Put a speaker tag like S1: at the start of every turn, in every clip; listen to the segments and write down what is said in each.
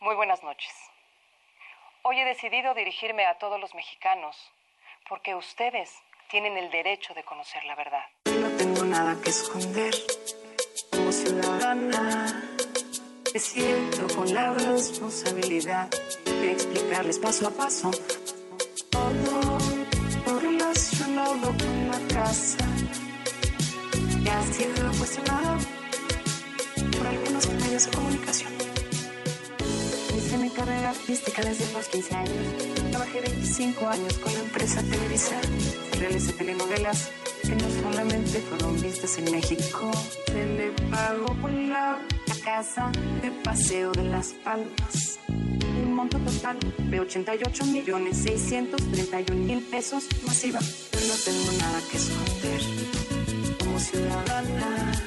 S1: Muy buenas noches. Hoy he decidido dirigirme a todos los mexicanos porque ustedes tienen el derecho de conocer la verdad.
S2: No tengo nada que esconder como ciudadana. Me siento con la responsabilidad de explicarles paso a paso todo relacionado con la casa que ha sido cuestionado por algunos medios de comunicación. Hice mi carrera artística desde los 15 años. Trabajé 25 años con la empresa Televisa. Realicé telenovelas que no solamente fueron vistas en México. Telepago por la casa de Paseo de las Palmas. Un monto total de 88 millones 631 mil pesos masiva. No tengo nada que esconder. Como ciudadana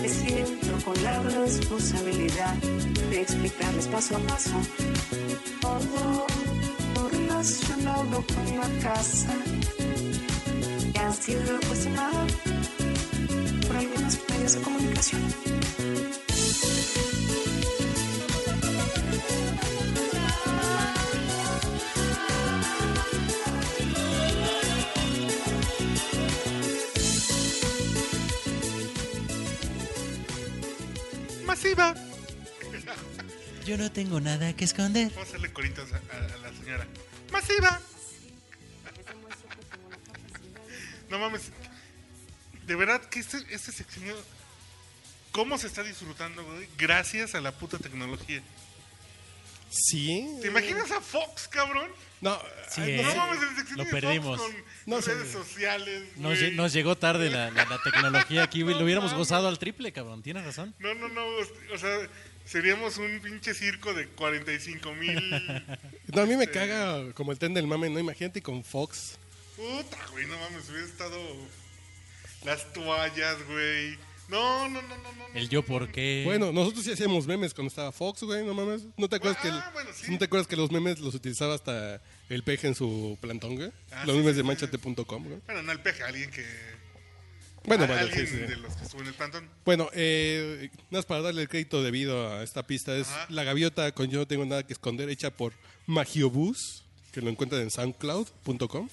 S2: me siento con la responsabilidad de explicarles paso a paso todo lo relacionado con la casa que ha sido cuestionado por algunos medios de comunicación.
S3: Masiva.
S4: Yo no tengo nada que esconder.
S3: Vamos a hacerle coritos a, a- a la señora. ¡Masiva! No mames. De verdad que este, este sexenio. ¿Cómo se está disfrutando, güey? Gracias a la puta tecnología.
S5: Sí.
S3: ¿Te imaginas a Fox, cabrón?
S5: No,
S4: Sí,
S5: ay,
S4: eh.
S3: No mames, el sexenio
S4: Lo
S3: de Fox
S4: perdimos.
S3: con
S5: No sé.
S3: redes sociales.
S4: Nos,
S3: güey.
S4: lle- nos llegó tarde la, la- la tecnología aquí, güey.
S3: No
S4: Lo hubiéramos
S3: mames.
S4: gozado al triple, cabrón. Tienes razón.
S3: No, no, no. O sea, seríamos un pinche circo de 45 mil.
S5: no, a mí me caga como el tren del mame, ¿no? Imagínate con Fox.
S3: Puta, güey, no mames, hubiera estado. Las toallas, güey. No, no, no, no, no.
S4: El yo por qué.
S5: Bueno, nosotros sí hacíamos memes cuando estaba Fox, güey, no mames. ¿No te acuerdas, que, el-
S3: Ah, bueno, sí.
S5: ¿no te acuerdas que los memes los utilizaba hasta el peje en su plantón, güey?
S3: Ah,
S5: los
S3: sí,
S5: memes
S3: sí,
S5: de
S3: sí,
S5: manchate.com, güey.
S3: Bueno, no el peje, alguien que.
S5: Bueno,
S3: a-
S5: vale, sí,
S3: Ah, alguien
S5: sí.
S3: de los que estuvo en el plantón.
S5: Bueno, eh, nada más para darle el crédito debido a esta pista es
S3: Ajá.
S5: La Gaviota con Yo No Tengo Nada Que Esconder, hecha por Magiobus, que lo encuentran en soundcloud.com.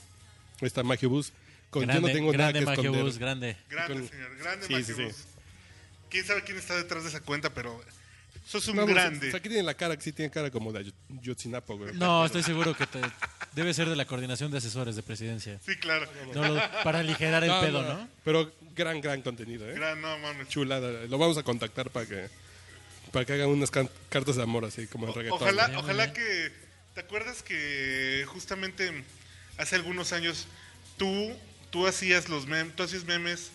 S5: Ahí Está Magiobus con
S4: grande,
S5: Yo No Tengo Nada
S4: grande
S5: Que Esconder.
S4: Magio Bus, grande.
S3: Grande,
S5: Con-
S3: señor. Grande,
S5: Sí, sí,
S3: Maximus.
S5: sí.
S3: Quién sabe quién está detrás de esa cuenta, pero. Sos un
S5: No, no,
S3: grande.
S5: O sea, aquí tiene la cara, que sí tiene cara como de Ayut- Yotzinapo, güey.
S4: No, estoy seguro que te- debe ser de la coordinación de asesores de presidencia.
S3: Sí, claro.
S4: No lo- para aligerar el
S5: No,
S4: pedo,
S5: no,
S4: ¿no?
S5: Pero gran, gran contenido, ¿eh?
S3: Gran, no mames.
S5: Chulada. Lo vamos a contactar para que, para que hagan unas can- cartas de amor así, como en reggaetón.
S3: Ojalá,
S4: Muy
S3: ojalá
S4: bien.
S3: que. ¿Te acuerdas que justamente hace algunos años tú, tú hacías los memes, tú hacías memes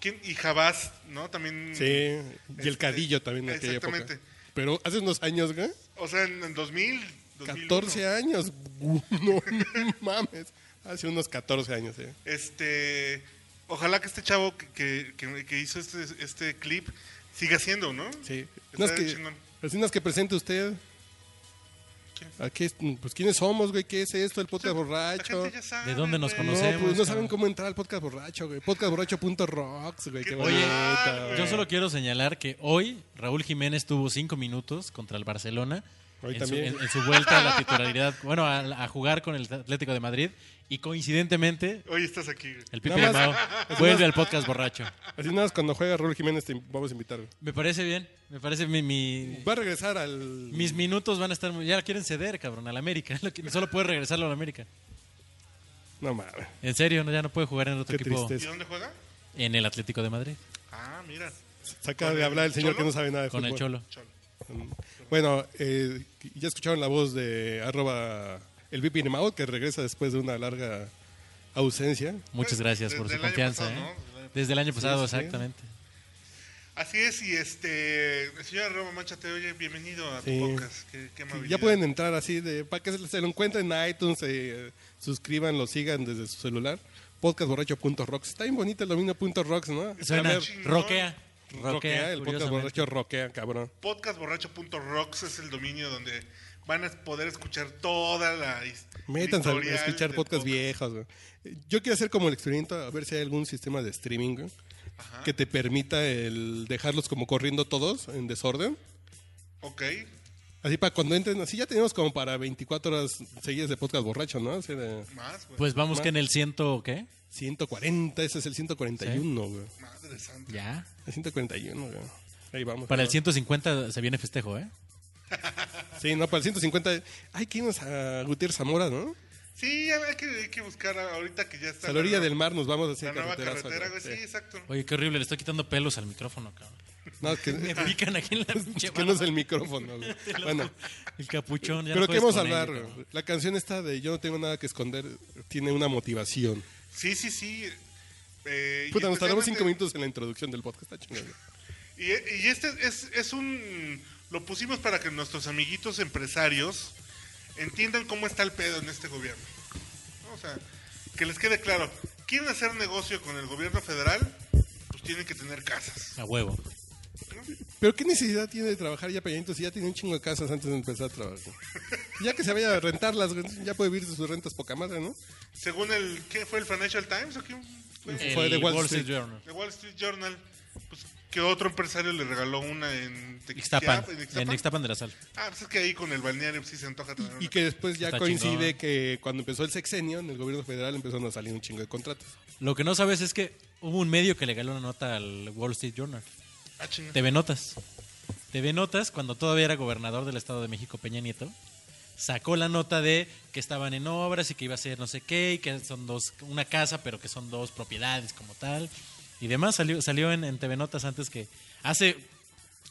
S3: ¿quién? y Jabás, ¿no? También.
S5: Sí, y el
S3: Este,
S5: cadillo también en aquella época.
S3: exactamente.
S5: Pero hace unos años, güey.
S3: O sea, en, en 2000. 2001.
S5: 14 años. No mames. Hace unos 14 años, eh.
S3: Este. Ojalá que este chavo que, que- que- que hizo este, este clip siga siendo, ¿no?
S5: Sí.
S3: Está
S5: No es que,
S3: chingón.
S5: así no es que presente usted.
S3: ¿Quién?
S5: ¿A qué, pues quiénes somos, güey, ¿qué es esto? El podcast
S3: La
S5: borracho.
S3: gente ya sabe,
S4: ¿De dónde nos
S3: güey.
S5: No,
S4: conocemos?
S5: pues no
S4: cabrón.
S5: saben cómo entrar al podcast borracho, güey. Podcastborracho.rocks, güey. Qué
S3: Qué
S5: bonito,
S3: tal,
S5: güey.
S4: Yo solo quiero señalar que hoy Raúl Jiménez tuvo cinco minutos contra el Barcelona.
S5: Hoy
S4: en,
S5: también.
S4: Su, en- en su vuelta a la titularidad, bueno, a, a jugar con el Atlético de Madrid. Y coincidentemente,
S3: Hoy estás aquí. güey.
S4: el Pipe
S5: Nada más-
S4: Mao vuelve al podcast borracho.
S5: Así nada más cuando juega Raúl Jiménez te vamos a invitar, güey.
S4: Me parece bien, me parece mi, mi-
S5: Va a regresar al.
S4: mis minutos van a estar. muy- Ya la quieren ceder, cabrón, al América. Lo que- Solo puede regresarlo al América.
S5: No mames.
S4: En serio, no, ya no puede jugar en el otro
S5: Qué
S4: equipo
S3: ¿Y
S5: tristeza.
S3: dónde juega?
S4: en el Atlético de Madrid
S3: Ah, mira.
S5: Se acaba de hablar el señor que no sabe nada de
S4: con el
S5: fútbol.
S4: Cholo.
S3: Cholo.
S5: Bueno, eh, ya escucharon la voz de arroba el Vipi Nemao, que regresa después de una larga ausencia.
S4: Muchas gracias
S3: Desde
S4: por
S3: el
S4: su
S3: año
S4: confianza.
S3: pasado,
S4: ¿eh?
S3: ¿no?
S4: Desde el año pasado,
S5: sí.
S4: exactamente.
S3: Así es, y este, señor Roma Mancha, te oye, bienvenido a
S5: Sí.
S3: tu podcast. Qué, qué amabilidad.
S5: Ya pueden entrar así, de, para que se- se lo encuentren en iTunes, se eh, suscriban, lo sigan desde su celular. Podcastborracho.rocks. Está bien bonito el dominio punto .rocks, ¿no?
S4: Suena,
S5: A ver,
S3: chingón.
S4: roquea. Roquea,
S5: roquea, el podcast
S4: curiosamente.
S5: borracho roquea, cabrón.
S3: Podcastborracho.rocks es el dominio donde van a poder escuchar toda la his-
S5: Métanse a- a
S3: historial
S5: escuchar
S3: del
S5: podcasts viejos. güey. Eh, Yo quiero hacer como el experimento, a ver si hay algún sistema de streaming güey, que te permita el dejarlos como corriendo todos en desorden.
S3: Ok.
S5: Así para cuando entren, así ya tenemos como para 24 horas seguidas de podcast borracho, ¿no? Así de
S3: Más, güey.
S4: Pues vamos que en el ciento, ¿qué?
S5: 140, ese es el 141, güey.
S3: Madre santa.
S4: Ya.
S5: El 141, güey. Ahí vamos.
S4: Para el
S5: ¿no?
S4: 150 se viene festejo, ¿eh?
S5: Sí, no, para el 150. Hay que irnos a Gutiérrez Zamora, ¿no?
S3: Sí, ya hay que, hay que buscar ahorita que ya está.
S5: a la orilla
S3: nueva-
S5: del mar nos vamos a
S3: La
S5: hacer
S3: nueva
S5: carreterazo,
S3: carretera, güey.
S5: güey.
S3: Sí, exacto.
S4: Oye, qué horrible, le estoy quitando pelos al micrófono, cabrón.
S5: No, que,
S4: Me pican aquí en la pinche
S5: Pues, que no
S4: mano.
S5: es el micrófono, güey. Bueno,
S4: El capuchón. Ya
S5: pero
S4: no
S5: ¿qué
S4: puedes
S5: vamos a
S4: con ello,
S5: hablar?
S4: cabrón.
S5: güey? La canción esta de Yo no tengo nada que esconder tiene una motivación.
S3: Sí, sí, sí. Eh, y
S5: Puta, nos tardamos
S3: especialmente-
S5: cinco minutos en la introducción del podcast. Está chingón, güey.
S3: Y, y este es, es un... Lo pusimos para que nuestros amiguitos empresarios entiendan cómo está el pedo en este gobierno. O sea, que les quede claro. ¿Quieren hacer negocio con el gobierno federal? Pues tienen que tener casas.
S4: A huevo.
S5: Pero ¿qué necesidad tiene de trabajar ya Peñanito si ya tiene un chingo de casas antes de empezar a trabajar? güey? Ya que se vaya a rentarlas, güey, ya puede vivir de sus rentas poca madre, ¿no?
S3: Según el... ¿Qué fue el Financial Times o quién fue?
S5: El-
S4: Fue de Wall, Street Journal.
S3: El Wall Street Journal. Pues que otro empresario le regaló una en
S4: Ixtapan,
S3: Tequisquiapan, en Ixtapan.
S4: en pues, Ixtapan de la Sal.
S3: Ah, pues es que ahí con el balneario sí se antoja tener una.
S5: Y que después ya
S4: Está
S5: coincide
S4: chingón.
S5: que cuando empezó el sexenio, en el gobierno federal empezaron a salir un chingo de contratos.
S4: Lo que no sabes es que hubo un medio que le regaló una nota al Wall Street Journal.
S3: Ah, chinga.
S4: TV Notas. TV Notas, cuando todavía era gobernador del Estado de México Peña Nieto, sacó la nota de que estaban en obras y que iba a ser no sé qué, y que son dos, una casa, pero que son dos propiedades como tal. Y demás, salió, salió en, en TV Notas antes que. Hace.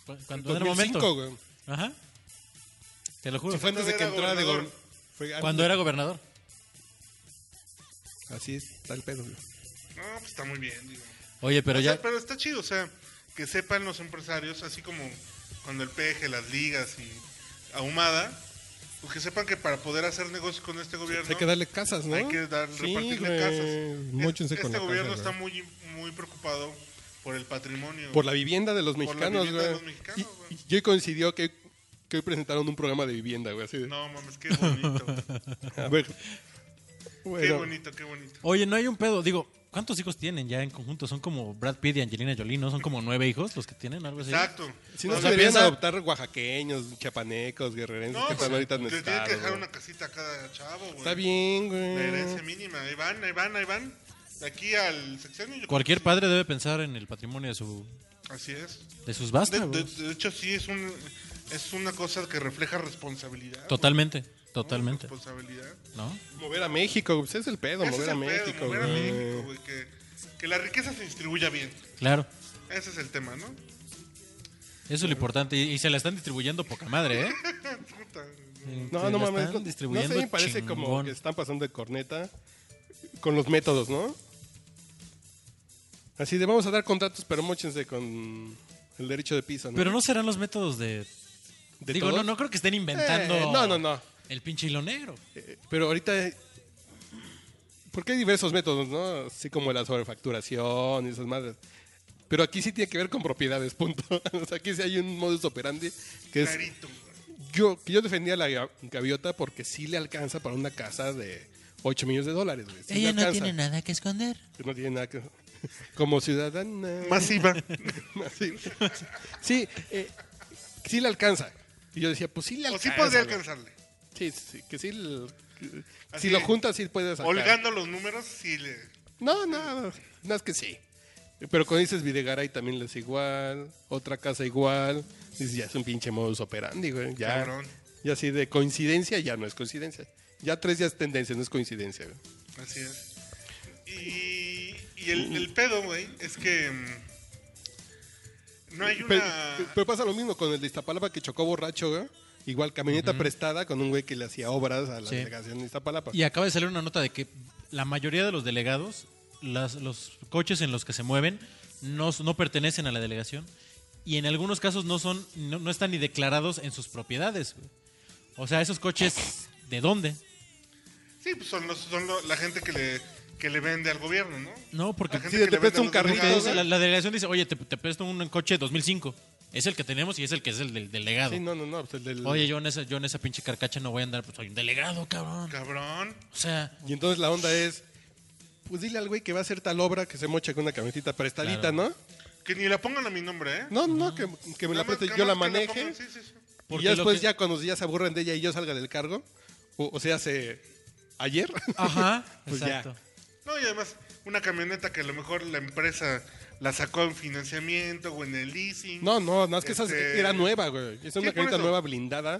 S4: cu- Cuando era
S5: 2005,
S4: momento.
S5: güey.
S4: Ajá. Te lo juro.
S5: Fue antes de que
S3: Cuando era
S5: entrara de
S3: gobernador.
S5: gobierno. Fue antes-
S4: Cuando era gobernador.
S5: Así es, está el pedo. güey.
S3: No, pues está muy bien, digo.
S4: Oye, pero
S3: O sea,
S4: ya.
S3: pero está chido, o sea, que sepan los empresarios, así como cuando el peje, las ligas y ahumada, pues que sepan que para poder hacer negocios con este gobierno
S5: Hay que darle casas, ¿no?
S3: hay que dar- repartirle
S5: güey.
S3: casas.
S5: Móchense
S3: Es-
S5: con
S3: este
S5: la
S3: gobierno
S5: casa,
S3: está
S5: güey.
S3: muy muy preocupado por el patrimonio.
S5: Por la vivienda de los
S3: Por la
S5: mexicanos,
S3: vivienda de los
S5: güey.
S3: mexicanos,
S5: Y-
S3: güey.
S5: Y, hoy coincidió que, que hoy presentaron un programa de vivienda, güey. Así de,
S3: No mames, qué bonito.
S5: A ver.
S3: qué
S5: Bueno,
S3: bonito, qué bonito.
S4: Oye, no hay un pedo. Digo, ¿cuántos hijos tienen ya en conjunto? Son como Brad Pitt y Angelina Jolie, ¿no? Son como nueve hijos los que tienen, algo así.
S3: Exacto.
S5: si no
S4: O
S5: se
S4: sea,
S5: deberían
S4: piensa-
S5: adoptar oaxaqueños, chiapanecos, guerrerenses,
S3: No,
S5: que
S3: pues,
S5: están ahorita en
S3: le tienen que dejar
S5: estado,
S3: una casita a cada chavo, güey.
S5: Está bien, güey.
S3: La herencia mínima, ahí van, ahí van, ahí van. De aquí al sexenio. yo creo
S4: Cualquier
S3: que
S4: padre debe pensar en el patrimonio de su
S3: sí. Así es.
S4: de sus
S3: De,
S4: vastas.
S3: de-
S4: güey.
S3: de hecho, sí, es, un, es una cosa que refleja responsabilidad.
S4: Totalmente,
S3: güey, ¿no?
S4: totalmente,
S3: Responsabilidad.
S4: ¿no?
S5: Mover a México, pues es el pedo,
S3: Ese
S5: mover
S3: es
S5: a
S3: el pedo,
S5: México.
S3: mover a
S5: güey.
S3: México, güey, Que, que la riqueza se distribuya bien.
S4: Claro.
S3: Ese es el tema, ¿no?
S4: Eso es lo importante y, y se la están distribuyendo poca madre, ¿eh?
S3: Puta.
S5: No,
S4: Se
S5: no
S4: la
S5: mames,
S4: están
S5: no,
S4: distribuyendo
S5: no sé, me parece como
S4: chingón.
S5: que están pasando de corneta con los métodos, ¿no? Así de vamos a dar contratos, pero mochense con el derecho de piso, ¿no?
S4: Pero no serán los métodos de,
S5: ¿De
S4: digo,
S5: todos?
S4: no no creo que estén inventando
S5: Eh, no, no, no.
S4: el pinche hilo negro.
S5: Eh, Pero ahorita, eh, porque hay diversos métodos, ¿no? Así como la sobrefacturación y esas madres. Pero aquí sí tiene que ver con propiedades, punto. o sea, aquí sí hay un modus operandi que es
S3: Clarito, güey.
S5: Yo, que yo defendía a la ga- gaviota porque sí le alcanza para una casa de 8 millones de dólares. güey. Sí le
S6: Ella no
S5: alcanza.
S6: tiene nada que esconder.
S5: No tiene nada que... Como ciudadana.
S3: Masiva.
S5: Sí, sí, eh, sí le alcanza. Y yo decía, pues sí le
S3: o sí
S5: alcanza.
S3: podría
S5: güey.
S3: alcanzarle.
S5: Sí, sí, que sí. le- que-
S3: Así,
S5: si lo juntas, sí puedes alcanzar.
S3: Holgando los números, sí le.
S5: No, no, no es que sí. Pero cuando dices Videgaray también le es igual, otra casa igual, dices ya es un pinche modus operandi, güey. Ya,
S3: Cabrón.
S5: Y así de coincidencia ya no es coincidencia. Ya tres días tendencia, no es coincidencia, güey.
S3: Así es. Y, y el, el pedo, güey, es que. mm, No hay
S5: Pe-
S3: una.
S5: pe- Pero pasa lo mismo con el de Iztapalapa que chocó borracho, güey. Igual camioneta prestada con un güey que le hacía obras a la
S4: Sí.
S5: delegación de Iztapalapa.
S4: Y acaba de salir una nota de que la mayoría de los delegados, las- los coches en los que se mueven, no, no pertenecen a la delegación y en algunos casos no, son, no, no están ni declarados en sus propiedades. güey. O sea, esos coches, ¿de dónde?
S3: Sí, pues son, los, son lo- la gente que le, que le vende al gobierno, ¿no?
S4: No, porque
S3: La
S5: Sí,
S3: que
S5: te
S3: le vende
S5: presta
S3: a
S5: un
S3: los
S5: carrito,
S4: Porque
S3: delegados,
S4: dice- la,
S3: ¿no?
S4: la delegación dice, oye, te, te presto un coche 2005. Es el que tenemos y es el que es el del delegado.
S5: Sí, no, no, no. pues el del-
S4: Oye, yo en, esa, yo en esa pinche carcacha no voy a andar, pues soy un delegado, cabrón.
S3: Cabrón.
S4: O sea,
S5: Y entonces la onda es, pues dile al güey que va a hacer tal obra que se mocha con una camionetita prestadita,
S4: Claro.
S5: ¿no?
S3: Que ni la pongan a mi nombre, ¿eh?
S5: No, no, que, que me la
S3: Nada más-
S5: preste,
S3: nada
S5: yo la
S3: más que
S5: maneje.
S3: pongan, sí, sí, sí.
S5: Y
S4: Porque
S5: ya
S4: lo
S5: después,
S4: que-
S5: ya cuando ya se aburren de ella y yo salga del cargo, o, o sea, se ayer.
S4: Ajá,
S5: Pues ya.
S4: exacto.
S3: No, y además, una camioneta que a lo mejor la empresa la sacó en financiamiento o en el leasing.
S5: No, no, no, es que esa
S3: Este-
S5: era nueva, güey. Esa es una
S3: por
S5: camioneta
S3: eso.
S5: nueva blindada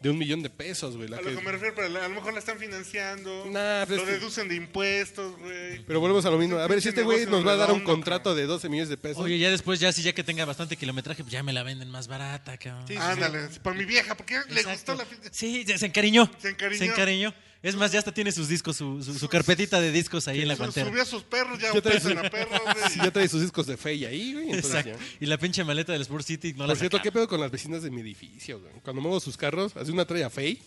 S5: de un millón de pesos, güey. la
S3: A
S5: que-
S3: lo que me refiero, pero la- a lo mejor la están financiando.
S5: Nah, pero
S3: lo
S5: es que-
S3: deducen de impuestos, güey.
S5: Pero volvemos a lo mismo. A ver, si este güey
S3: Negocio
S5: nos va a dar un
S3: redondo,
S5: contrato de 12 millones de pesos.
S4: Oye, ya después, ya sí, ya que tenga bastante kilometraje, pues ya me la venden más barata, cabrón.
S5: Sí, sí,
S3: Ándale, para mi vieja, porque le gustó
S4: Exacto.
S3: la
S4: Sí, ya se encariñó.
S3: Se encariñó.
S4: Es más, ya hasta tiene sus discos, su, su- su carpetita de discos ahí en la
S3: Su-
S4: guantera.
S3: Subió a sus perros, ya
S5: Ya trae
S3: ofrecen a perros, güey.
S5: Si ya trae sus discos de Fey ahí, güey. entonces
S4: Exacto.
S5: ya.
S3: ¿eh?
S4: Y la pinche maleta del Sport City no la
S5: Por cierto,
S4: sacaba.
S5: ¿qué pedo con las vecinas de mi edificio? güey? Cuando muevo sus carros, hace una trae a Fey,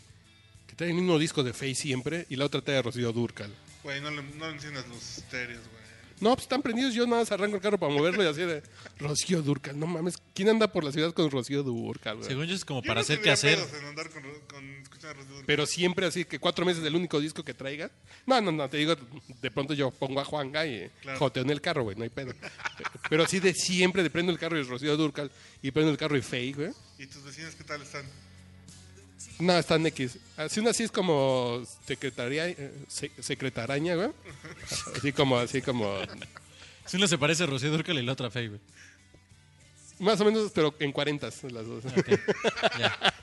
S5: que trae el mismo disco de Fey siempre, y la otra trae a Rocío Durcal.
S3: Güey, no, le- no le enciendas los estéreos, güey.
S5: No, pues están prendidos, yo nada más arranco el carro para moverlo y así de Rocío Durcal. No mames, ¿quién anda por la ciudad con Rocío Durcal, güey?
S4: Según yo es como
S3: Yo
S4: para
S3: no
S4: hacer
S3: tendría
S4: quehacer.
S3: pedos en andar con, con escuchar Rocío.
S5: Pero siempre así, que cuatro meses del único disco que traiga. No, no, no, te digo, de pronto yo pongo a Juanga y eh,
S3: Claro.
S5: joteo en el carro, güey, no hay pedo. Pero así de siempre, de prendo el carro y Rocío Durcal, y prendo el carro y Fey, güey.
S3: ¿Y tus vecinos qué tal están?
S5: No, están X. Así una así es como secretaría, eh, se- secretaraña, güey. Así como, así como.
S4: Si uno se parece a Rocío Durcal y la otra fey, güey.
S5: Más o menos, pero en cuarentas las dos.
S4: Ya.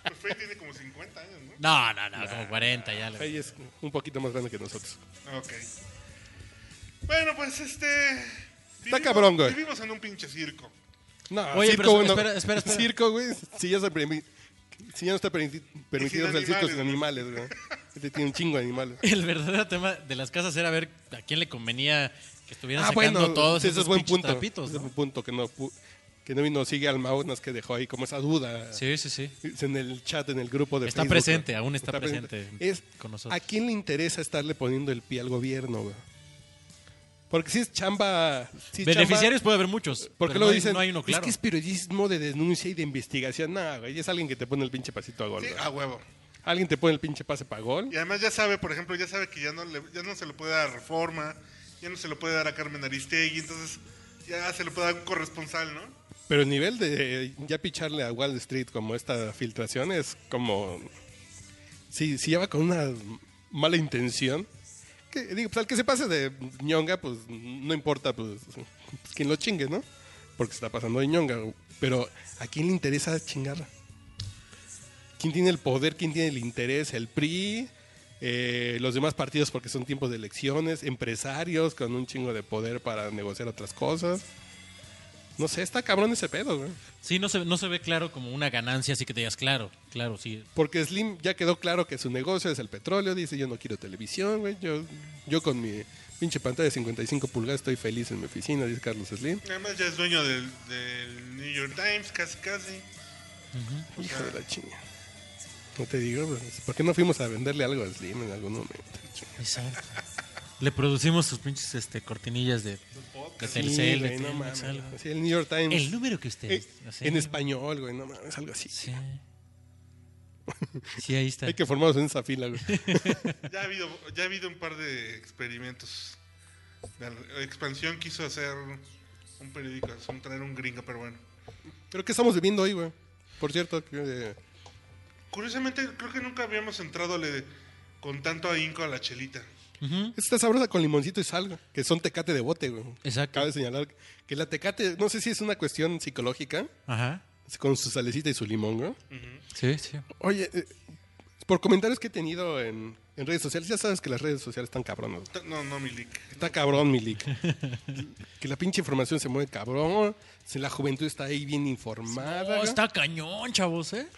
S3: Pues Faye tiene como 50 años, ¿no?
S4: No, no, no, como 40 ya. la-
S5: Ahí es un poquito más grande que nosotros.
S3: Ok. Bueno, pues este. vivimos-
S5: cabrón, güey.
S3: Vivimos en un pinche circo.
S5: No,
S4: Oye, pero
S5: güey,
S4: espera, espera, espera.
S5: Circo, güey, si ya, se permi- si ya no está permiti- permitido
S3: sin
S5: el circo
S3: animales,
S5: sin
S3: güey.
S5: animales, güey. Este tiene un chingo de animales.
S4: El verdadero tema de las casas era ver a quién le convenía que estuvieran
S5: Ah,
S4: sacando
S5: bueno,
S4: todos
S5: sí,
S4: esos
S5: ese es buen
S4: pinches
S5: punto.
S4: trapitos,
S5: Ese es
S4: ¿no?
S5: un punto que no, pu- que no vino, sigue al Maunas que dejó ahí como esa duda.
S4: Sí, sí, sí.
S5: En el chat, en el grupo de
S4: Está
S5: Facebook,
S4: presente,
S5: güey.
S4: aún está presente
S5: Es,
S4: con nosotros.
S5: ¿A quién le interesa estarle poniendo el pie al gobierno, güey? Porque si es chamba... si es
S4: Beneficiarios
S5: chamba-
S4: puede haber muchos.
S5: porque
S4: pero
S5: luego
S4: no hay-
S5: dicen,
S4: no hay uno claro.
S5: es que es periodismo de denuncia y de investigación. No, güey, es alguien que te pone el pinche pasito a gol.
S3: Sí, ah.
S5: güey.
S3: a huevo.
S5: Alguien te pone el pinche pase para gol.
S3: Y además ya sabe, por ejemplo, ya sabe que ya no, le- ya no se lo puede dar a Reforma, ya no se lo puede dar a Carmen Aristegui, entonces ya se lo puede dar a un corresponsal, ¿no?
S5: Pero el nivel de eh, ya picharle a Wall Street como esta filtración es como... Si, si ya va con una mala intención. Que, digo, pues al que se pase de ñonga, pues no importa, pues, pues, quien lo chingue, ¿no? Porque se está pasando de ñonga. Pero ¿a quién le interesa chingar? ¿Quién tiene el poder? ¿Quién tiene el interés? El PRI, eh, los demás partidos porque son tiempos de elecciones, empresarios con un chingo de poder para negociar otras cosas. No sé, está cabrón ese pedo, güey.
S4: Sí, no se, no se ve claro como una ganancia, así que te digas, claro, claro, sí.
S5: Porque Slim ya quedó claro que su negocio es el petróleo. Dice, yo no quiero televisión, güey. Yo, yo con mi pinche pantalla de 55 pulgadas estoy feliz en mi oficina, dice Carlos Slim.
S3: Y además ya es dueño del, del New York Times, casi casi.
S5: Hijo de la chinga. No te digo, güey. ¿Por qué no fuimos a venderle algo a Slim en algún momento? Chinga.
S4: Exacto. Le producimos sus pinches este, cortinillas de, de Telcel,
S5: Sí,
S4: de
S5: güey, no
S4: Telmex,
S5: mames.
S4: algo.
S5: Sí, el New York Times.
S4: El número que
S5: Eh,
S4: ustedes... no sé.
S5: en español, güey, no mames, algo así.
S4: Sí. Sí, ahí está.
S5: Hay que formarnos en esa fila, güey.
S3: Ya ha habido, ya ha habido un par de experimentos. La expansión quiso hacer un periódico, son traer un gringo, pero bueno.
S5: Pero ¿qué estamos viviendo hoy, güey? Por cierto, que, eh,
S3: Curiosamente, creo que nunca habíamos entrado con tanto ahínco a la chelita.
S4: Ujú.
S5: Está sabrosa con limoncito y sal, güey, que son tecate de bote, güey.
S4: Exacto.
S5: Cabe señalar que la tecate, no sé si es una cuestión psicológica,
S4: Ajá.
S5: con su salecita y su limón, güey.
S4: Sí, sí.
S5: Oye, eh, por comentarios que he tenido en, en redes sociales, ya sabes que las redes sociales están cabronas. güey.
S3: Ta- No, no, Milik.
S5: Está cabrón, Milik. que la pinche información se mueve cabrón, si la juventud está ahí bien informada.
S4: Oh,
S5: güey.
S4: está cañón, chavos, ¿eh?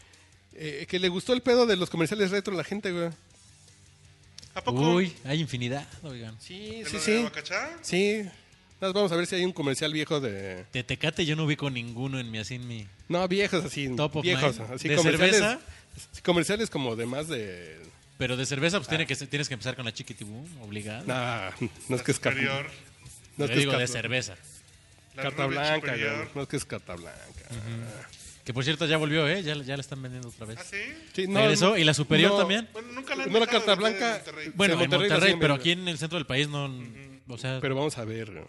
S5: Eh, que le gustó el pedo de los comerciales retro a la gente, güey.
S3: ¿A poco?
S4: Uy, hay infinidad, oigan.
S5: Sí,
S3: ¿De lo
S5: sí,
S3: de
S5: sí.
S3: Aguacachá?
S5: Sí. Nos vamos a ver si hay un comercial viejo de...
S4: De Tecate yo no ubico ninguno en mi, así en mi...
S5: No, viejos así.
S4: Top of
S5: viejos.
S4: mind.
S5: Así
S4: ¿De
S5: comerciales.
S4: cerveza?
S5: sí, Comerciales como de más de...
S4: Pero de cerveza,
S5: Ah.
S4: pues tiene que, tienes que empezar con la chiquitibum, obligado.
S5: Nah, no es que es car-
S3: superior.
S4: Yo
S5: No es que es
S4: digo de
S5: car-
S4: cerveza.
S3: la
S5: carta
S3: rubia
S5: blanca,
S3: superior.
S5: güey. No es que es carta blanca.
S4: Que por cierto ya volvió, ¿eh? Ya, ya la están vendiendo otra vez.
S3: ¿Ah, sí?
S5: Sí,
S4: Regresó, ¿y la superior también?
S3: Bueno, nunca la han
S5: No la
S3: dejado
S5: carta
S3: de vender en
S5: blanca.
S3: Monterrey.
S4: Bueno,
S5: Sí,
S4: en
S5: Monterrey
S4: Monterrey,
S5: la siguen
S4: pero
S5: vendiendo.
S4: aquí en el centro del país no... O sea,
S5: Pero vamos a ver. güey.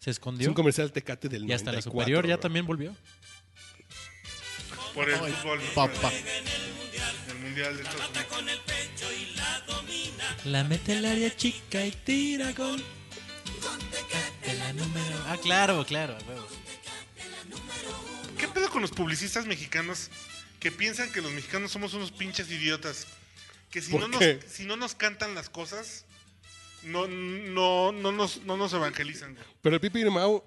S4: se
S5: Es
S4: escondió.
S5: un comercial Tecate del
S4: Y hasta la
S5: 94,
S4: superior ya
S5: güey.
S4: también volvió.
S3: por el fútbol, ¿no?
S6: Papá.
S3: el mundial de Estados Unidos.
S4: La mete el área chica y tira gol. De la número. Ah, claro, claro, a huevo.
S3: ¿Qué pedo con los publicistas mexicanos que piensan que los mexicanos somos unos pinches idiotas? Que si,
S5: ¿Por
S3: no nos,
S5: qué?
S3: si no nos cantan las cosas, no, no, no, nos, no nos evangelizan. güey.
S5: Pero el Pipi Mau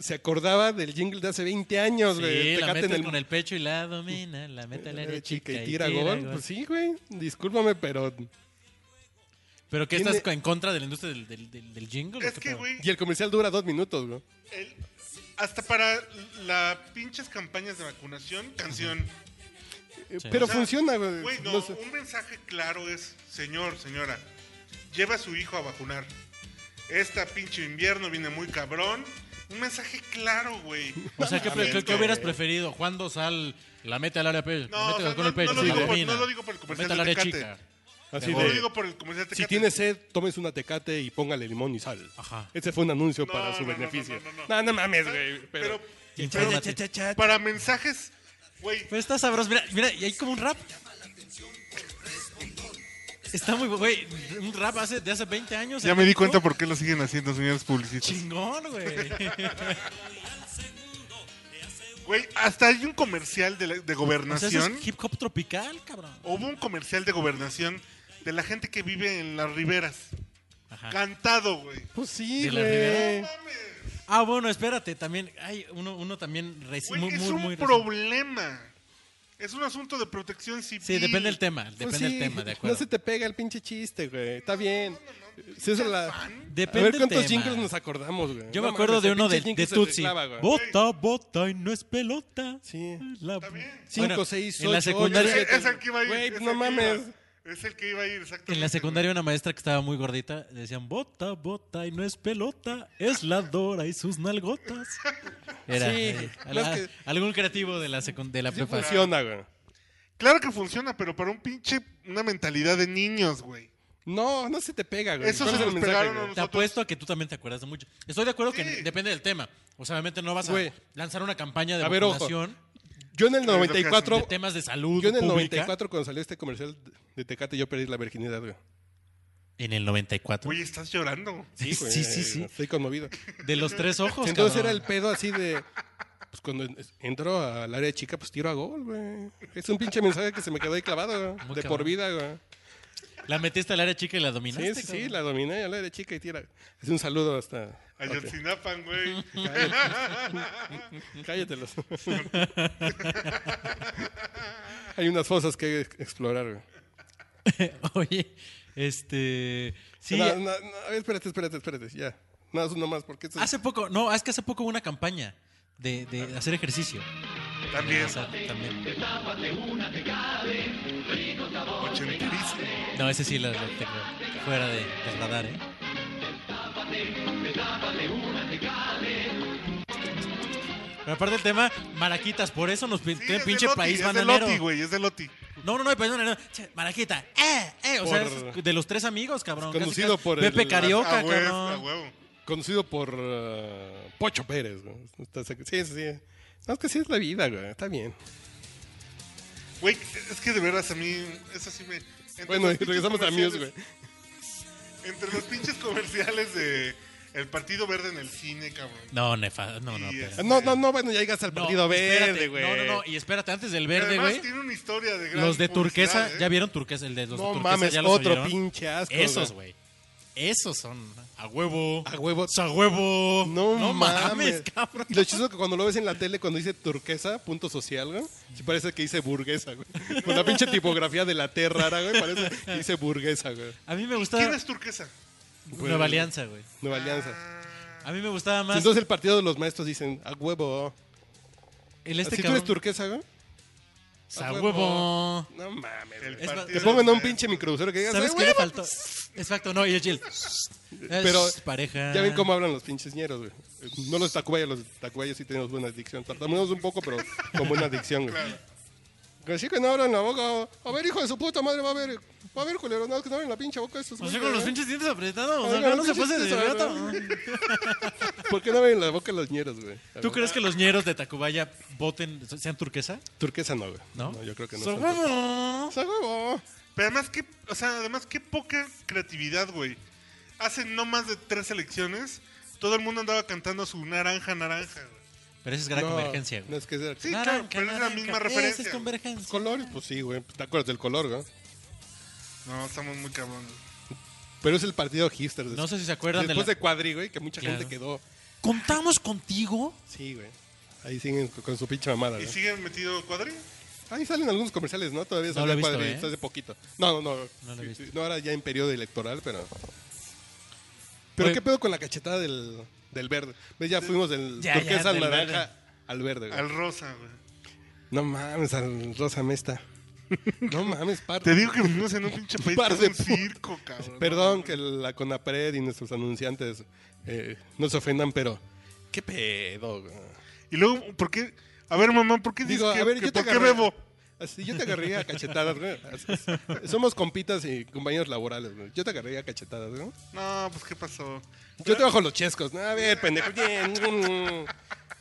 S5: se acordaba del jingle Pues de hace 20 años, güey.
S4: Sí, la
S5: Tecate en
S4: metes con el pecho y la domina. La mete el área chica
S5: y tira gol. Pues sí, güey. Discúlpame, pero.
S4: ¿Pero qué
S5: Tiene-
S4: estás en contra de la industria del, del, del, del jingle? o
S3: Es
S4: qué
S3: que,
S4: pedo?
S3: güey,
S5: Y el comercial dura dos minutos, güey.
S3: el- hasta para las pinches campañas de vacunación, canción.
S5: Eh,
S4: Sí.
S5: Pero
S3: O sea,
S5: funciona, güey.
S3: Güey, no,
S5: No sé.
S3: un mensaje claro es, señor, señora, lleva a su hijo a vacunar. Esta pinche invierno viene muy cabrón. Un mensaje claro, güey.
S4: O sea, ¿qué,
S3: Mames,
S4: pre- qué- qué
S3: güey.
S4: hubieras preferido? Juan Dosal, la mete al área pecho.
S3: No,
S4: la
S3: o
S4: mete
S3: sea,
S4: con
S3: no-
S4: el pecho.
S3: no lo
S4: la
S3: digo por-
S4: domina.
S3: no lo digo por el comercial
S4: La mete al área
S3: de
S4: chica.
S3: Tecate.
S5: Así
S3: No lo
S5: de-
S3: digo por el comercial de
S5: Si
S3: Tecate.
S5: tiene sed, tomes una tecate y póngale limón y sal.
S4: Ajá.
S5: Ese fue un anuncio
S3: No,
S5: para su
S3: no, no,
S5: beneficio. No,
S3: no,
S5: no,
S3: no, no.
S5: mames, güey. Pero,
S3: Pero,
S4: Y
S3: pero
S4: infórmate.
S3: para mensajes, güey,
S4: Pero está sabroso. Mira, mira, y hay como un rap. Está muy bu- güey. Un rap hace, de hace 20 años.
S3: Ya
S4: en
S3: me di
S4: México.
S3: cuenta por qué lo siguen haciendo, señores publicistas.
S4: Chingón, güey.
S3: Güey, hasta hay un comercial de, la- de
S4: O sea, eso
S3: gobernación.
S4: es hip hop tropical, cabrón.
S3: Hubo un comercial de gobernación de la gente que vive en las riberas.
S4: Ajá.
S3: Cantado, güey.
S5: pues sí,
S4: ¿De la
S5: güey.
S4: Rivera? Ah, bueno, espérate. También hay uno, uno también reci-
S3: Güey,
S4: muy,
S3: es
S4: muy,
S3: un
S4: muy reci-
S3: problema. Es un asunto de protección civil.
S4: Sí, depende del tema. Depende
S5: Pues
S4: del
S5: sí,
S4: tema, de acuerdo.
S5: No se te pega el pinche chiste, güey. Está bien. Si eso la...
S4: Depende
S5: a ver
S4: del
S5: cuántos
S4: tema.
S5: jingles nos acordamos, güey.
S4: Yo
S5: No
S4: me acuerdo
S5: mames,
S4: de
S5: el
S4: uno
S5: pinche
S4: de,
S5: jingle
S4: de
S5: se
S4: Tutsi.
S5: clava, güey.
S4: Bota, bota y no es pelota.
S5: Sí.
S4: La-
S3: bien.
S5: Cinco,
S4: Bueno,
S5: seis,
S4: en la
S5: ocho,
S4: secundaria-
S5: ocho,
S3: Es,
S5: siete.
S3: es el que iba a ir.
S5: Güey,
S3: es el
S5: no
S3: que iba.
S5: mames.
S3: Es el que iba a ir, exactamente.
S4: En la secundaria una maestra que estaba muy gordita decían bota, bota y no es pelota, es la Dora y sus nalgotas. Era
S5: Sí,
S4: eh,
S5: no
S4: ala-
S5: es que-
S4: algún creativo de la secund- de la
S5: Sí
S4: prepa.
S5: funciona, güey.
S3: güey. Claro que funciona, pero para un pinche. Una mentalidad de niños, güey.
S5: No, no se te pega, güey.
S3: Eso
S5: ¿Cuál
S3: se
S5: es
S3: nos
S5: el mensaje,
S3: pegaron
S5: güey?
S3: a
S4: Te
S3: nosotros.
S4: apuesto a que tú también te acuerdas de mucho. Estoy de acuerdo que
S3: Sí.
S4: depende del tema. O sea, obviamente no vas a
S5: Güey.
S4: lanzar una campaña de
S5: A ver, ojo.
S4: vacunación
S5: Yo en el
S3: lo que
S4: de
S5: 94...
S4: temas de salud
S5: Yo en el
S4: pública.
S5: 94 cuando salió este comercial de Tecate yo perdí la virginidad, güey.
S4: En el 94.
S3: Güey, estás llorando.
S4: Sí,
S5: güey,
S4: sí, sí, sí.
S5: Estoy conmovido.
S4: De los tres ojos.
S5: Entonces
S4: Pues, cabrón.
S5: era el pedo así de. Pues cuando en- entro al área chica, pues tiro a gol, güey. Es un pinche mensaje que se me quedó ahí clavado, güey,
S4: Muy
S5: De
S4: cabrón.
S5: por vida, güey.
S4: La metiste al área chica y la dominaste.
S5: Sí, sí, sí,
S4: cabrón.
S5: la dominé al área chica y tira. Es un saludo hasta.
S3: Ayotzinapa, güey.
S5: Ok, Cállatelos. Hay unas fosas que ex- explorar, güey.
S4: Oye, este. Sí,
S5: No, no, no, a ver, espérate, espérate, espérate. Ya. Nada, más, uno más, porque esto
S4: Hace poco, no, es que hace poco hubo una campaña de, de hacer ejercicio.
S3: También.
S4: O sea, también.
S3: Ochenterísimo.
S4: No, ese sí lo, lo tengo fuera de, del radar, ¿eh? Pero aparte del tema, maraquitas, por eso nos pin-
S3: Sí,
S4: creen
S3: es de
S4: pinche
S3: Loti,
S4: país
S3: es de
S4: bananero.
S3: Loti, güey, es de Loti.
S4: no, no, no, país bananero. Che, Maraquita, eh, eh. O sea,
S5: Por-
S4: es de los tres amigos, cabrón. casi,
S5: Conducido
S4: casi.
S5: por el-
S4: Pepe Carioca,
S3: a huevo, Ah, a
S4: cabrón.
S3: huevo.
S5: Conocido por eh, Pocho Pérez, güey. Está sec- Sí, sí, sí. No, es que sí es la vida, güey. Está bien.
S3: Güey, es que de veras a mí, eso sí me... entre
S5: Bueno,
S3: los
S5: y
S3: pinches
S5: regresamos a Muse,
S3: comerciales-
S5: güey.
S3: Entre los pinches comerciales de El Partido Verde en el cine, cabrón.
S4: No, nefa, no, no.
S3: Y
S4: pero-
S3: es-
S5: Ah, No, no, no, bueno, ya llegas al partido
S4: espérate,
S5: verde, güey.
S4: No, no, no, y espérate, antes del
S3: Y
S4: verde,
S3: además
S4: güey.
S3: tiene una historia de gran
S4: Los de turquesa,
S3: publicidad, ¿eh?
S4: ¿ya vieron turquesa? El de los de
S5: No
S4: turquesa,
S5: mames,
S4: ¿ya los
S5: otro
S4: oyeron?
S5: pinche asco.
S4: Esos, güey. Esos son a huevo.
S5: A huevo.
S4: A huevo.
S5: No, mames,
S4: mames, cabrón.
S5: Y lo chistoso es que cuando lo ves en la tele, cuando dice turquesa, punto social, güey, sí parece que dice burguesa, güey. Con la pinche tipografía de la T rara, güey, parece que dice burguesa, güey.
S4: A mí me gustaba
S3: ¿Quién es turquesa?
S4: Nueva Alianza, güey.
S5: Nueva
S4: Ah,
S5: Alianza.
S4: A mí me gustaba más
S5: Entonces el partido de los maestros dicen, a huevo.
S4: el este
S5: si tú
S4: cabrón.
S5: eres turquesa, güey.
S4: a huevo.
S5: No mames.
S3: El
S5: güey.
S4: más-
S3: Partido
S5: Te pongo en un
S3: Verde.
S5: pinche microbusero que digas,
S4: ¿Sabes
S5: "A
S4: qué le
S5: huevo".
S4: faltó? Exacto, no, y el chill.
S5: Pero
S4: Es pareja.
S5: Ya ven cómo hablan los pinches ñeros, güey. No los tacubayos, los tacubayos sí tenemos buena adicción. Tartamudeamos un poco, pero con buena adicción, güey. Así que no abran la boca. A ver, hijo de su puta madre, va a ver. Va a ver, culero, no, que no abren la pinche boca estos.
S4: Pues yo
S5: güeyes,
S4: con los
S5: ¿eh?
S4: pinches dientes apretados.
S5: Oiga,
S4: acá no
S5: los
S4: se
S5: pinches
S4: pase de
S5: dientes
S4: idiota.
S5: ¿Por qué no abren la boca los ñeros, güey? A
S4: ¿Tú
S5: ver.
S4: crees que los ñeros de Tacubaya voten, sean turquesa?
S5: Turquesa no, güey.
S4: ¿No?
S5: yo creo que no.
S4: ¡Son
S5: son turquesas.
S4: huevos!
S5: ¡Son huevo!
S3: Pero además, qué, o sea, además, qué poca creatividad, güey. Hace no más de tres elecciones, todo el mundo andaba cantando su naranja, naranja, güey.
S4: Pero esa es gran
S5: No,
S4: convergencia,
S5: No
S4: güey.
S5: es que sea.
S3: Sí, claro, pero es la misma
S4: esa
S3: referencia,
S4: es
S3: güey.
S5: Los
S4: convergencia.
S5: colores, pues sí, güey. Pues, ¿Te acuerdas del color, güey?
S3: No, estamos muy cabrones.
S5: Pero es el partido hipster.
S4: No sé si se acuerdan de
S5: Después
S4: la-
S5: de Cuadri, güey, que mucha
S4: Claro.
S5: gente quedó.
S4: ¿Contamos contigo?
S5: Sí, güey. Ahí siguen con con su pinche mamada,
S3: ¿Y
S5: güey.
S3: siguen metido cuadri?
S5: Ahí salen algunos comerciales, ¿no? Todavía
S4: No lo he
S5: salió
S4: visto,
S5: Cuadri
S4: ¿eh?
S5: hasta hace poquito. No, no, no.
S4: No lo he
S5: Sí,
S4: visto. Pues
S5: sí, no, ahora ya en periodo electoral, pero. Pero
S4: Oye.
S5: qué pedo con la cachetada del, del verde. Ves, Ya fuimos del
S4: Ya, ya,
S5: turquesa al
S4: del
S5: naranja
S4: verde.
S5: al verde, güey.
S3: Al rosa, güey.
S5: No mames, al Rosa Mesta. No mames, par.
S3: Te digo que vivimos en un pinche país
S5: Par
S3: que es
S5: de
S3: un circo, cabrón.
S5: Perdón que la Conapred y nuestros anunciantes eh, no se ofendan, pero qué pedo. güey?
S3: Y luego, ¿por qué? A ver, mamá, ¿por qué
S5: Digo,
S3: dices que,
S5: a ver,
S3: que
S5: yo te
S3: por qué
S5: agarré-
S3: bebo?
S5: Así, yo te agarré a cachetadas, güey. Así es. Somos compitas y compañeros laborales, güey. Yo te agarré a cachetadas, güey.
S3: No, pues, ¿qué pasó?
S5: Yo te bajo los chescos. No, a ver, pendejo. Bien. mm,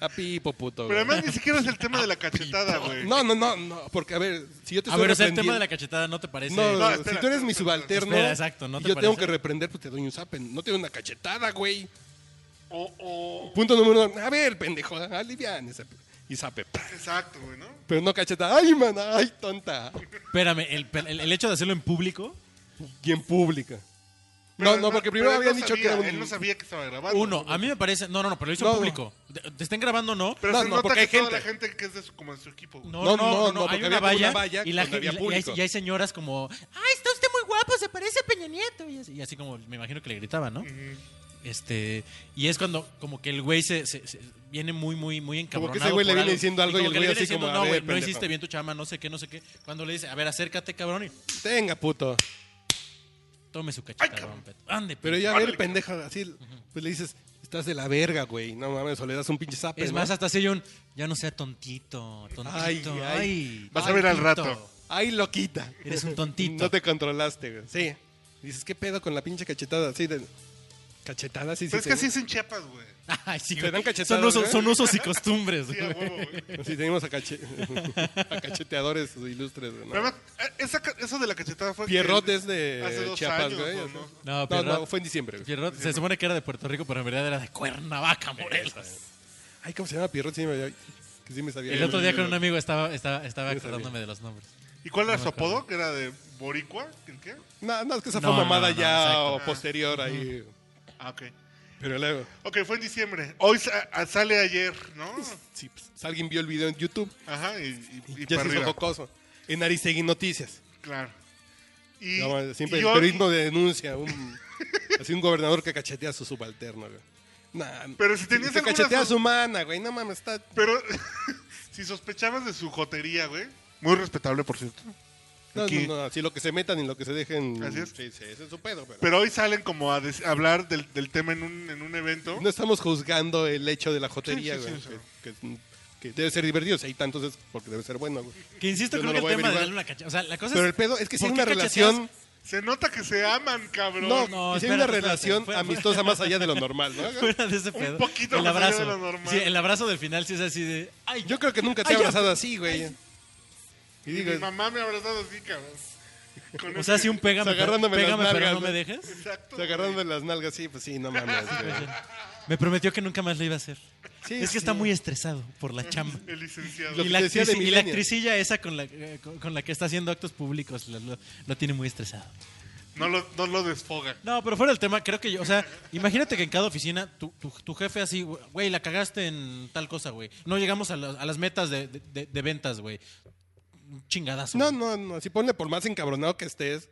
S5: A pipo, puto.
S3: Pero
S5: güey.
S3: además ni siquiera es el tema de la cachetada, güey.
S5: No, no, no, no. Porque, a ver, si yo te
S4: A
S5: estoy
S4: ver, o sea, el tema
S5: reprendiendo-
S4: de la cachetada no te parece.
S5: No,
S3: No,
S5: no,
S3: espera,
S5: si tú eres mi
S3: espera,
S5: subalterno
S4: espera, exacto, ¿no
S5: y
S4: te
S5: yo tengo
S4: parece?
S5: que reprender, pues te doy un zapen. No te doy una cachetada, güey.
S3: O, o...
S5: Punto número uno. A ver, pendejo, alivian. ese- Y zape. pa.
S3: Exacto, güey, ¿no?
S5: Pero no cachetada. Ay, man, ay, tonta.
S4: Espérame, el, el- el hecho de hacerlo en público,
S5: Y en pública.
S3: Pero
S5: No, no, porque primero
S3: pero él
S5: habían
S3: no
S5: dicho que
S3: sabía,
S5: era un...
S3: Él no sabía que estaba grabando.
S4: uno, a mí me parece. No, no, no, pero lo hizo
S5: No,
S4: en
S5: no.
S4: público. De- ¿Te están grabando o no?
S3: Pero
S5: No,
S3: se
S5: no,
S3: nota
S5: porque
S3: que
S5: hay
S3: toda la gente que es de su, como de su equipo. güey.
S4: No, no, no,
S5: No, no,
S4: no,
S5: no, porque
S4: hay una
S5: había como
S4: valla,
S5: una valla
S4: y, la,
S5: donde
S4: gente-
S5: había
S4: y la- y hay-
S5: público.
S4: y hay señoras como, ¡ay, está usted muy guapo! Se parece a Peña Nieto. Y así, y así como, me imagino que le gritaban, ¿no? Este, y es cuando como que el güey se, se- se- viene muy, muy, muy encabronado.
S5: que ese güey le
S4: por
S5: viene diciendo algo y
S4: como
S5: el
S4: que le
S5: güey
S4: viene
S5: así
S4: diciendo,
S5: como, "A
S4: no,
S5: ver,
S4: güey, no
S5: pendejo".
S4: hiciste bien tu chama, no sé qué, no sé qué. Cuando le dice, a ver, acércate, cabrón, y
S5: Tenga, puto.
S4: tome su cachetada,
S3: cabrón.
S4: Peto. Ande,
S5: Pero
S4: Peto.
S5: ya a ver, pendejo, así, pues le dices, estás de la verga, güey. No mames, o le das un pinche zape,
S4: Es
S5: ¿no?
S4: más, hasta hace yo un, ya no sea tontito, tontito,
S5: Ay,
S4: ay.
S5: ay.
S3: Vas a ver al
S4: Tito,
S3: rato.
S5: Ay, loquita.
S4: Eres un tontito.
S5: No te controlaste, güey. Sí. Dices, ¿qué pedo con la pinche cachetada? Así de... Cachetada, sí, sí.
S3: Pero es
S5: te-
S3: que así es en Chiapas, güey.
S4: Ay, sí,
S5: Te
S4: güey.
S5: dan cachetadas,
S4: son, usos,
S5: ¿eh?
S4: son usos y costumbres,
S3: Sí, a
S4: güey.
S3: huevo, güey.
S5: Sí, tenemos a, cache- a cacheteadores ilustres. güey, ¿no?
S3: Pero además, eh, esa ca- eso de la cachetada fue... que-
S5: Pierrot es de
S3: Hace dos
S5: Chiapas,
S3: años,
S5: güey.
S3: ¿no?
S5: o sea.
S4: No,
S5: no,
S4: Pierrot.
S5: fue en diciembre. güey.
S4: Pierrot, se supone que era de Puerto Rico, pero en verdad era de Cuernavaca, Morelos.
S5: Ay, ¿cómo se llama Pierrot? Sí, me había- que sí me sabía.
S4: El otro día con un amigo estaba, estaba, estaba
S5: Yo sabía.
S4: acordándome de los nombres.
S3: ¿Y cuál era
S4: No
S3: su
S4: me acuerdo.
S3: apodo? Que era de Boricua, ¿el qué?
S5: No, no, es que esa
S4: No,
S5: fue
S4: no,
S5: mamada
S4: no,
S5: ya
S4: exacto.
S5: o posterior ahí.
S3: Ah, ok.
S5: Pero luego,
S3: Ok, fue en diciembre. Hoy sa- a- sale ayer, ¿no?
S5: sí, pues, alguien vio el video en YouTube
S3: Ajá, y, y, y para
S5: y ya se hizo
S3: arriba.
S5: jocoso. En Aristegui Noticias.
S3: Claro. Y,
S5: No,
S3: y
S5: siempre el
S3: yo-
S5: periodismo de denuncia. Un, así un gobernador que cachetea a su subalterno, güey. Nah,
S3: Pero si tenías
S5: que
S3: alguna
S5: cachetea a
S3: sospe-
S5: su mana, güey. No mames, está...
S3: Pero si sospechabas de su jotería, güey. Muy respetable, por cierto.
S5: No,
S3: Aquí.
S5: no, no, si lo que se metan y lo que se dejen...
S3: Así es.
S5: Sí, sí, ese es su pedo, pero...
S3: Pero hoy salen como a, des- a hablar del, del tema en un, en un evento.
S5: No estamos juzgando el hecho de la jotería,
S3: Sí, sí, sí, sí.
S5: güey. que, que- que debe ser divertido. Si hay tantos es porque debe ser bueno, güey.
S4: Que insisto,
S5: Yo
S4: creo
S5: no lo
S4: que
S5: voy a
S4: el tema de darle
S5: averiguar.
S4: una cachetada. O sea, la cosa
S5: Pero
S4: es.
S5: el pedo es que si
S4: ¿por
S5: hay
S4: qué
S5: una
S4: cacheteas?
S5: relación...
S3: Se nota que se aman, cabrón.
S5: No,
S4: No,
S5: y si hay
S4: espérate,
S5: una
S4: espérate,
S5: relación
S4: fuera-
S5: amistosa más allá de lo normal, ¿no?
S4: Fuera de ese pedo.
S3: poquito
S4: el
S3: más allá
S4: abrazo.
S3: de lo normal.
S4: Sí, el abrazo del final sí es así de. Ay,
S5: Yo creo que nunca te he
S4: Ay, ya.
S5: abrazado así, güey. Y
S3: Y
S5: digo,
S3: mi mamá me ha abrazado así, cabrón. Con
S4: o sea,
S3: ese-
S4: si un pégame, pero-
S5: Pues agarrándome las
S4: pégame pero
S5: nalgas,
S4: no me
S5: ¿no?
S4: dejes.
S3: Exacto.
S5: se agarraron de las nalgas, sí, pues sí, no mames. güey.
S4: Me prometió que nunca más lo iba a hacer.
S5: Sí,
S4: es que
S5: sí.
S4: está muy estresado por la chamba.
S3: güey. El licenciado.
S5: Lo
S4: Y
S5: que
S4: la,
S5: te decía de
S4: actrici- y la
S5: Millennial.
S4: actricilla esa con la, eh, con, con la que está haciendo actos públicos lo, lo- lo tiene muy estresado.
S3: No lo, no lo desfoga.
S4: No, pero fuera del tema, creo que yo, o sea, imagínate que en cada oficina tu, tu- tu jefe así, güey, la cagaste en tal cosa, güey. No llegamos a, las- a las metas de, de- de- de ventas, güey. Chingadazo.
S5: No,
S4: güey.
S5: no, no, así ponle por más encabronado que estés.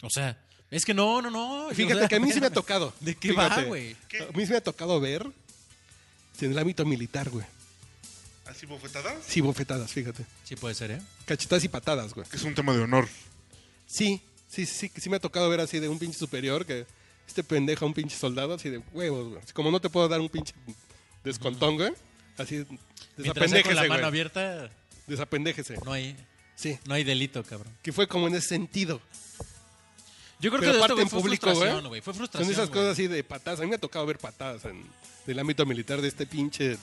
S4: O sea, es que no, no, no. O
S5: Fíjate
S4: sea,
S5: que a mí sí me ha
S4: espérame.
S5: tocado.
S4: ¿De qué
S5: fíjate.
S4: va, güey?
S3: ¿Qué?
S5: A mí sí me ha tocado ver en el ámbito militar, güey.
S3: ¿Así bofetadas?
S5: Sí, bofetadas, fíjate.
S4: Sí puede ser, ¿eh?
S5: Cachetadas y patadas, güey.
S3: Que es un tema de honor.
S5: Sí, sí, sí, sí me ha tocado ver así de un pinche superior que este pendejo a un pinche soldado así de huevos, güey. Así como no te puedo dar un pinche descontón, güey. Así
S4: Mientras sea con la mano
S5: desapendéjese, güey.
S4: abierta,
S5: Desapendéjese.
S4: no hay.
S5: Sí,
S4: No hay delito, cabrón.
S5: que fue como en ese sentido.
S4: Yo creo
S5: Pero
S4: que de esto,
S5: aparte
S4: güey,
S5: en
S4: fue
S5: público,
S4: frustración,
S5: güey.
S4: güey. Fue
S5: Son
S4: frustración.
S5: esas
S4: güey.
S5: cosas así de patadas. A mí me ha tocado ver patadas en, del ámbito militar de este pinche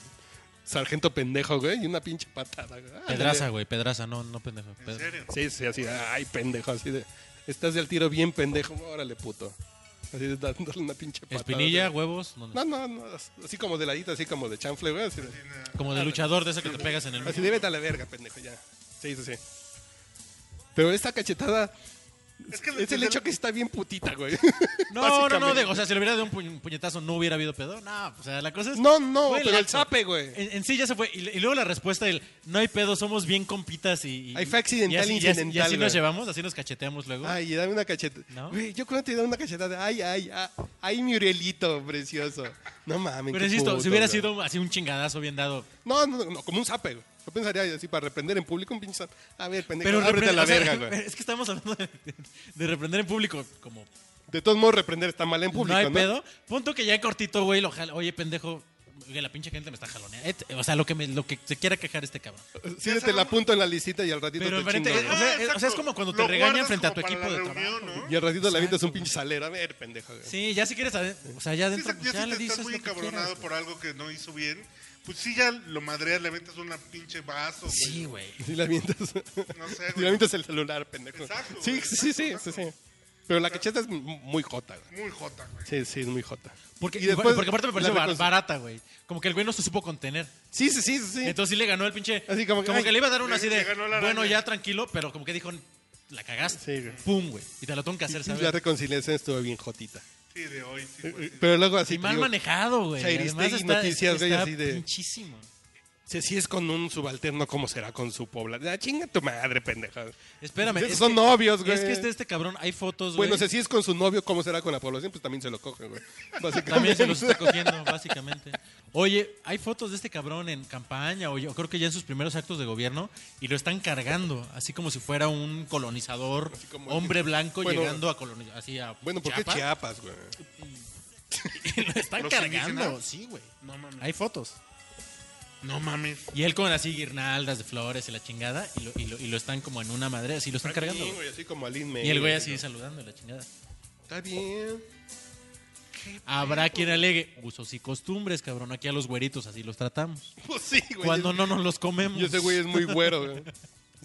S5: sargento pendejo, güey. Y una pinche patada. güey. Ah,
S4: Pedraza, güey, pedraza, no, no pendejo.
S3: ¿En
S4: Pedra-
S3: serio?
S5: Sí, sí, así, ay, pendejo, así de. Estás del tiro bien pendejo, órale, puto. Así de dándole una pinche patada.
S4: Espinilla,
S5: güey.
S4: huevos, no, no.
S5: No, no, no, así como de ladito, así como de chanfle, güey. Así de,
S4: como de luchador de esa que te pegas en el.
S5: así de vete a la verga, pendejo, ya. Sí, sí, sí. Pero esta cachetada
S3: Es que
S5: es el
S3: desde-
S5: hecho que está bien putita, güey.
S4: No, no, no,
S5: Básicamente.
S4: digo, o sea, si le hubiera dado un puñ- puñetazo no hubiera habido pedo. No, o sea, la cosa es.
S5: No, no,
S4: Fue
S5: pero el
S4: acto.
S5: zape, güey.
S4: En, en sí ya se fue. Y, y luego la respuesta del no hay pedo, somos bien compitas y. y-
S5: Ahí fue accidental,
S4: y así- y así- Y
S5: incidental,
S4: así nos
S5: güey.
S4: llevamos, así nos cacheteamos luego.
S5: Ay, dame una cachetada.
S4: ¿No?
S5: Güey, yo cuando te da una cachetada, ay, ay, ay, ay, mi Urielito, precioso. No mames.
S4: Pero
S5: qué
S4: insisto,
S5: puto,
S4: si hubiera
S5: güey.
S4: sido así un chingadazo bien dado.
S5: No, no, no, como un zape, güey. Yo pensaría así para reprender en público un pinche zape. A ver, pendejo,
S4: Pero
S5: ábrete a
S4: reprender-
S5: la
S4: o sea,
S5: verga, güey.
S4: Es que estamos hablando de, de reprender en público. Como
S5: De todos modos, reprender está mal en público,
S4: no
S5: ¿no?
S4: hay pedo. Punto que ya cortito, güey, lo jala. Oye, pendejo, que la pinche gente me está jaloneando. O sea, lo que, me, lo que se quiera quejar este cabrón.
S5: Sí, te la apunto en la lisita y al ratito
S4: Pero
S5: te
S4: enfrente-
S5: chingo,
S4: o
S5: güey.
S4: sea, es- o sea, es
S3: exacto.
S4: como cuando te
S3: Lo
S4: regañan
S3: guardas
S4: frente a
S3: como
S4: tu
S3: para
S4: equipo
S3: la
S4: de
S3: reunión,
S4: trabajo,
S3: ¿no?
S5: Y al ratito le avientas un pinche salero. A ver, pendejo, güey.
S4: Sí, ya si quieres, ade- o sea, ya
S3: Sí,
S4: adentro,
S3: ya
S4: pues, ya
S3: si
S4: le
S3: te estás
S4: dices
S3: muy
S4: lo que
S3: encabronado
S4: quieras. pues.
S3: por algo que no hizo bien, pues sí ya lo madreas, le aventas una pinche vaso, güey.
S4: Sí, güey.
S5: Sí, le avientas.
S3: No sé,
S5: Sí,
S3: güey.
S5: le avientas el celular, pendejo.
S3: Exacto,
S5: Sí,
S3: güey,
S5: sí, sí, sí, sí, sí. Pero la cacheta es muy jota, güey.
S3: Muy jota, güey.
S5: Sí, sí, es muy jota.
S4: Porque,
S5: Y después
S4: porque aparte me pareció
S5: la
S4: bar-
S5: recon-
S4: barata, güey. Como que el güey no se supo contener.
S5: Sí, sí, sí, sí.
S4: Entonces sí le ganó el pinche.
S5: Así como que, ay,
S4: le iba a dar una
S3: le-
S4: así
S3: le
S4: de.
S3: ganó la
S4: Bueno,
S3: araña".
S4: ya tranquilo, pero como que dijo, la cagaste.
S5: Sí, güey.
S4: Pum, güey. Y te lo tengo que hacer,
S5: Sí, la
S4: ¿sabes?
S5: reconciliación estuvo bien jotita. Eh,
S3: Sí, de hoy, sí,
S4: Eh,
S3: güey. sí.
S5: Pero luego así.
S4: Y
S5: te
S4: mal
S5: digo,
S4: manejado, güey.
S5: Chairistegui
S4: Además está,
S5: noticias, güey,
S4: está
S5: así de-
S4: pinchísimo.
S5: Si así es con un subalterno, ¿cómo será con su población? Ah, chinga tu madre, pendeja.
S4: Espérame.
S5: Esos
S4: es
S5: son
S4: que-
S5: novios, güey.
S4: Es que este, este cabrón, hay fotos, güey.
S5: Bueno, si así es con su novio, ¿cómo será con la población? Pues también se lo coge, güey. Básicamente.
S4: También se los está cogiendo, básicamente. Oye, hay fotos de este cabrón en campaña, o yo creo que ya en sus primeros actos de gobierno, y lo están cargando, así como si fuera un colonizador,
S5: Así como-
S4: hombre blanco,
S5: Bueno.
S4: llegando a colonizar, así a
S5: Bueno, ¿por qué
S4: Chiapas,
S5: Chiapas, güey?
S4: y lo están
S3: ¿Los
S4: cargando,
S5: ah,
S3: indígenas?
S4: sí, güey.
S3: No mames.
S4: Hay fotos.
S3: No mames.
S4: Y él con así guirnaldas de flores y la chingada, y lo, y lo, y lo están como en una madre, así lo están cargando.
S5: Sí,
S4: güey.
S5: güey, así como al Inme.
S4: Y el güey así saludando y la chingada.
S5: Está bien.
S4: Habrá quien alegue usos y costumbres, cabrón. Aquí a los güeritos así los tratamos.
S5: Pues sí, güey.
S4: Cuando
S5: yo-
S4: no nos los comemos.
S5: Yo ese güey es muy güero, güey.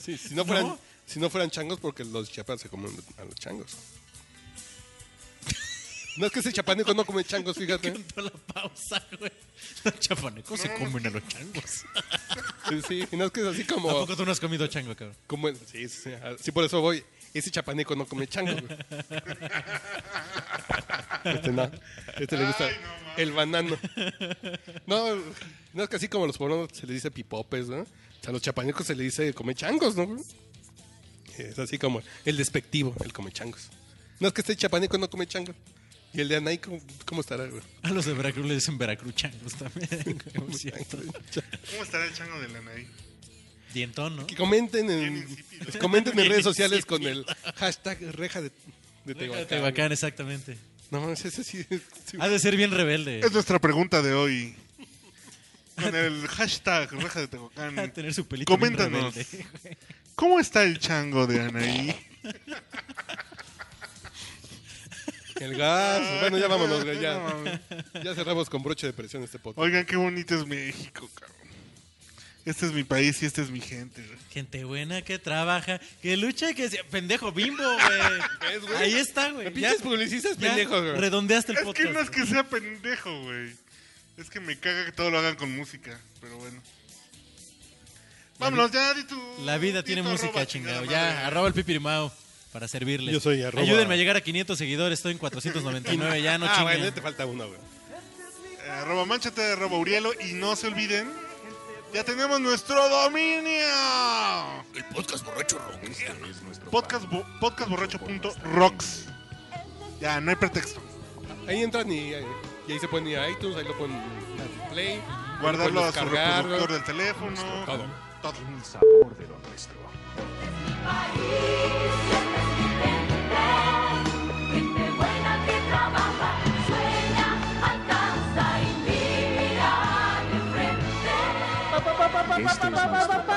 S5: Sí, si no fueran,
S4: ¿No?
S5: si no fueran changos, porque los chiapas se comen a los changos. No es que ese chapaneco no come changos, fíjate.
S4: Cantó la pausa, güey. Los chapanecos se comen a los changos.
S5: Sí, sí, no es que es así
S4: ¿A
S5: como...
S4: poco tú no has comido chango, cabrón?
S5: como sí, sí, sí, ah, sí, por eso voy. Ese chapaneco no come chango, güey. Este no. Este le gusta
S3: Ay, no mames.
S5: el banano. No, no es que así como a los poblanos se le dice pipopes, ¿no? O sea, a los chapanecos se le dice come changos, ¿no? güey? Es así como el despectivo, el come changos. No es que este chapaneco no come chango. Y el de Anaí, ¿cómo, cómo estará, güey?
S4: A los de Veracruz le dicen Veracruz changos también. güey, por cierto.
S3: ¿Cómo estará el chango de la nariz?
S4: Dientón, ¿no?
S5: Que comenten
S3: Bien
S5: en,
S3: insípido.
S5: comenten en
S4: Bien
S5: redes sociales con el
S4: insípido.
S5: hashtag reja de, de Tehuacán.
S4: Tehuacán, exactamente.
S5: No mames, ese sí. sí.
S4: Ha de ser bien rebelde.
S3: Es nuestra pregunta de hoy. Con el hashtag Reja de Tehuacán.
S4: Ha de tener su pelito bien
S3: Coméntanos.
S4: rebelde.
S3: ¿Cómo está el chango de Anaí?
S5: El gas. Bueno, ya vámonos, güey.
S3: No
S5: Ya,
S3: mames.
S5: ya cerramos con broche de presión este podcast.
S3: Oigan, qué bonito es México, cabrón. Este es mi país y esta es mi gente. güey.
S4: Gente buena que trabaja, que lucha, que... se- Pendejo, bimbo, güey.
S5: ¿Ves, güey?
S4: Ahí está, güey. Ya-
S5: Pinches publicistas
S4: ya
S5: pendejos, güey.
S4: Redondeaste el
S3: Es que
S4: podcast.
S3: no es que sea pendejo, güey. Es que me caga que todo lo hagan con música, pero bueno. Vámonos, ya, di tu.
S4: La vida
S3: di
S4: tiene
S3: tu
S4: música,
S3: arroba,
S4: chingado.
S3: chingada
S4: Ya,
S3: madre.
S4: arroba el pipirimao para servirles.
S5: Yo soy arroba-
S4: Ayúdenme a llegar a 500 seguidores, estoy en 499, ya no
S5: ah, bueno, ya
S4: chinguen.
S5: te falta uno, güey.
S3: Eh, arroba manchate, arroba Urielo. Y no se olviden, ya tenemos nuestro dominio.
S6: El podcast borracho rock.
S3: Podcast, bo- podcastborracho.rocks. Ya, no hay pretexto.
S5: Ahí entran y, ahí- y ahí se ponen a iTunes, ahí lo ponen a Play.
S3: Guardarlo a
S5: pueden
S3: su
S5: descargarlo.
S3: reproductor del teléfono.
S5: Todo.
S3: Todo.
S6: El sabor de lo nuestro.
S7: Gente buena que trabaja, sueña, alcanza y mira de frente.
S6: Este es nuestro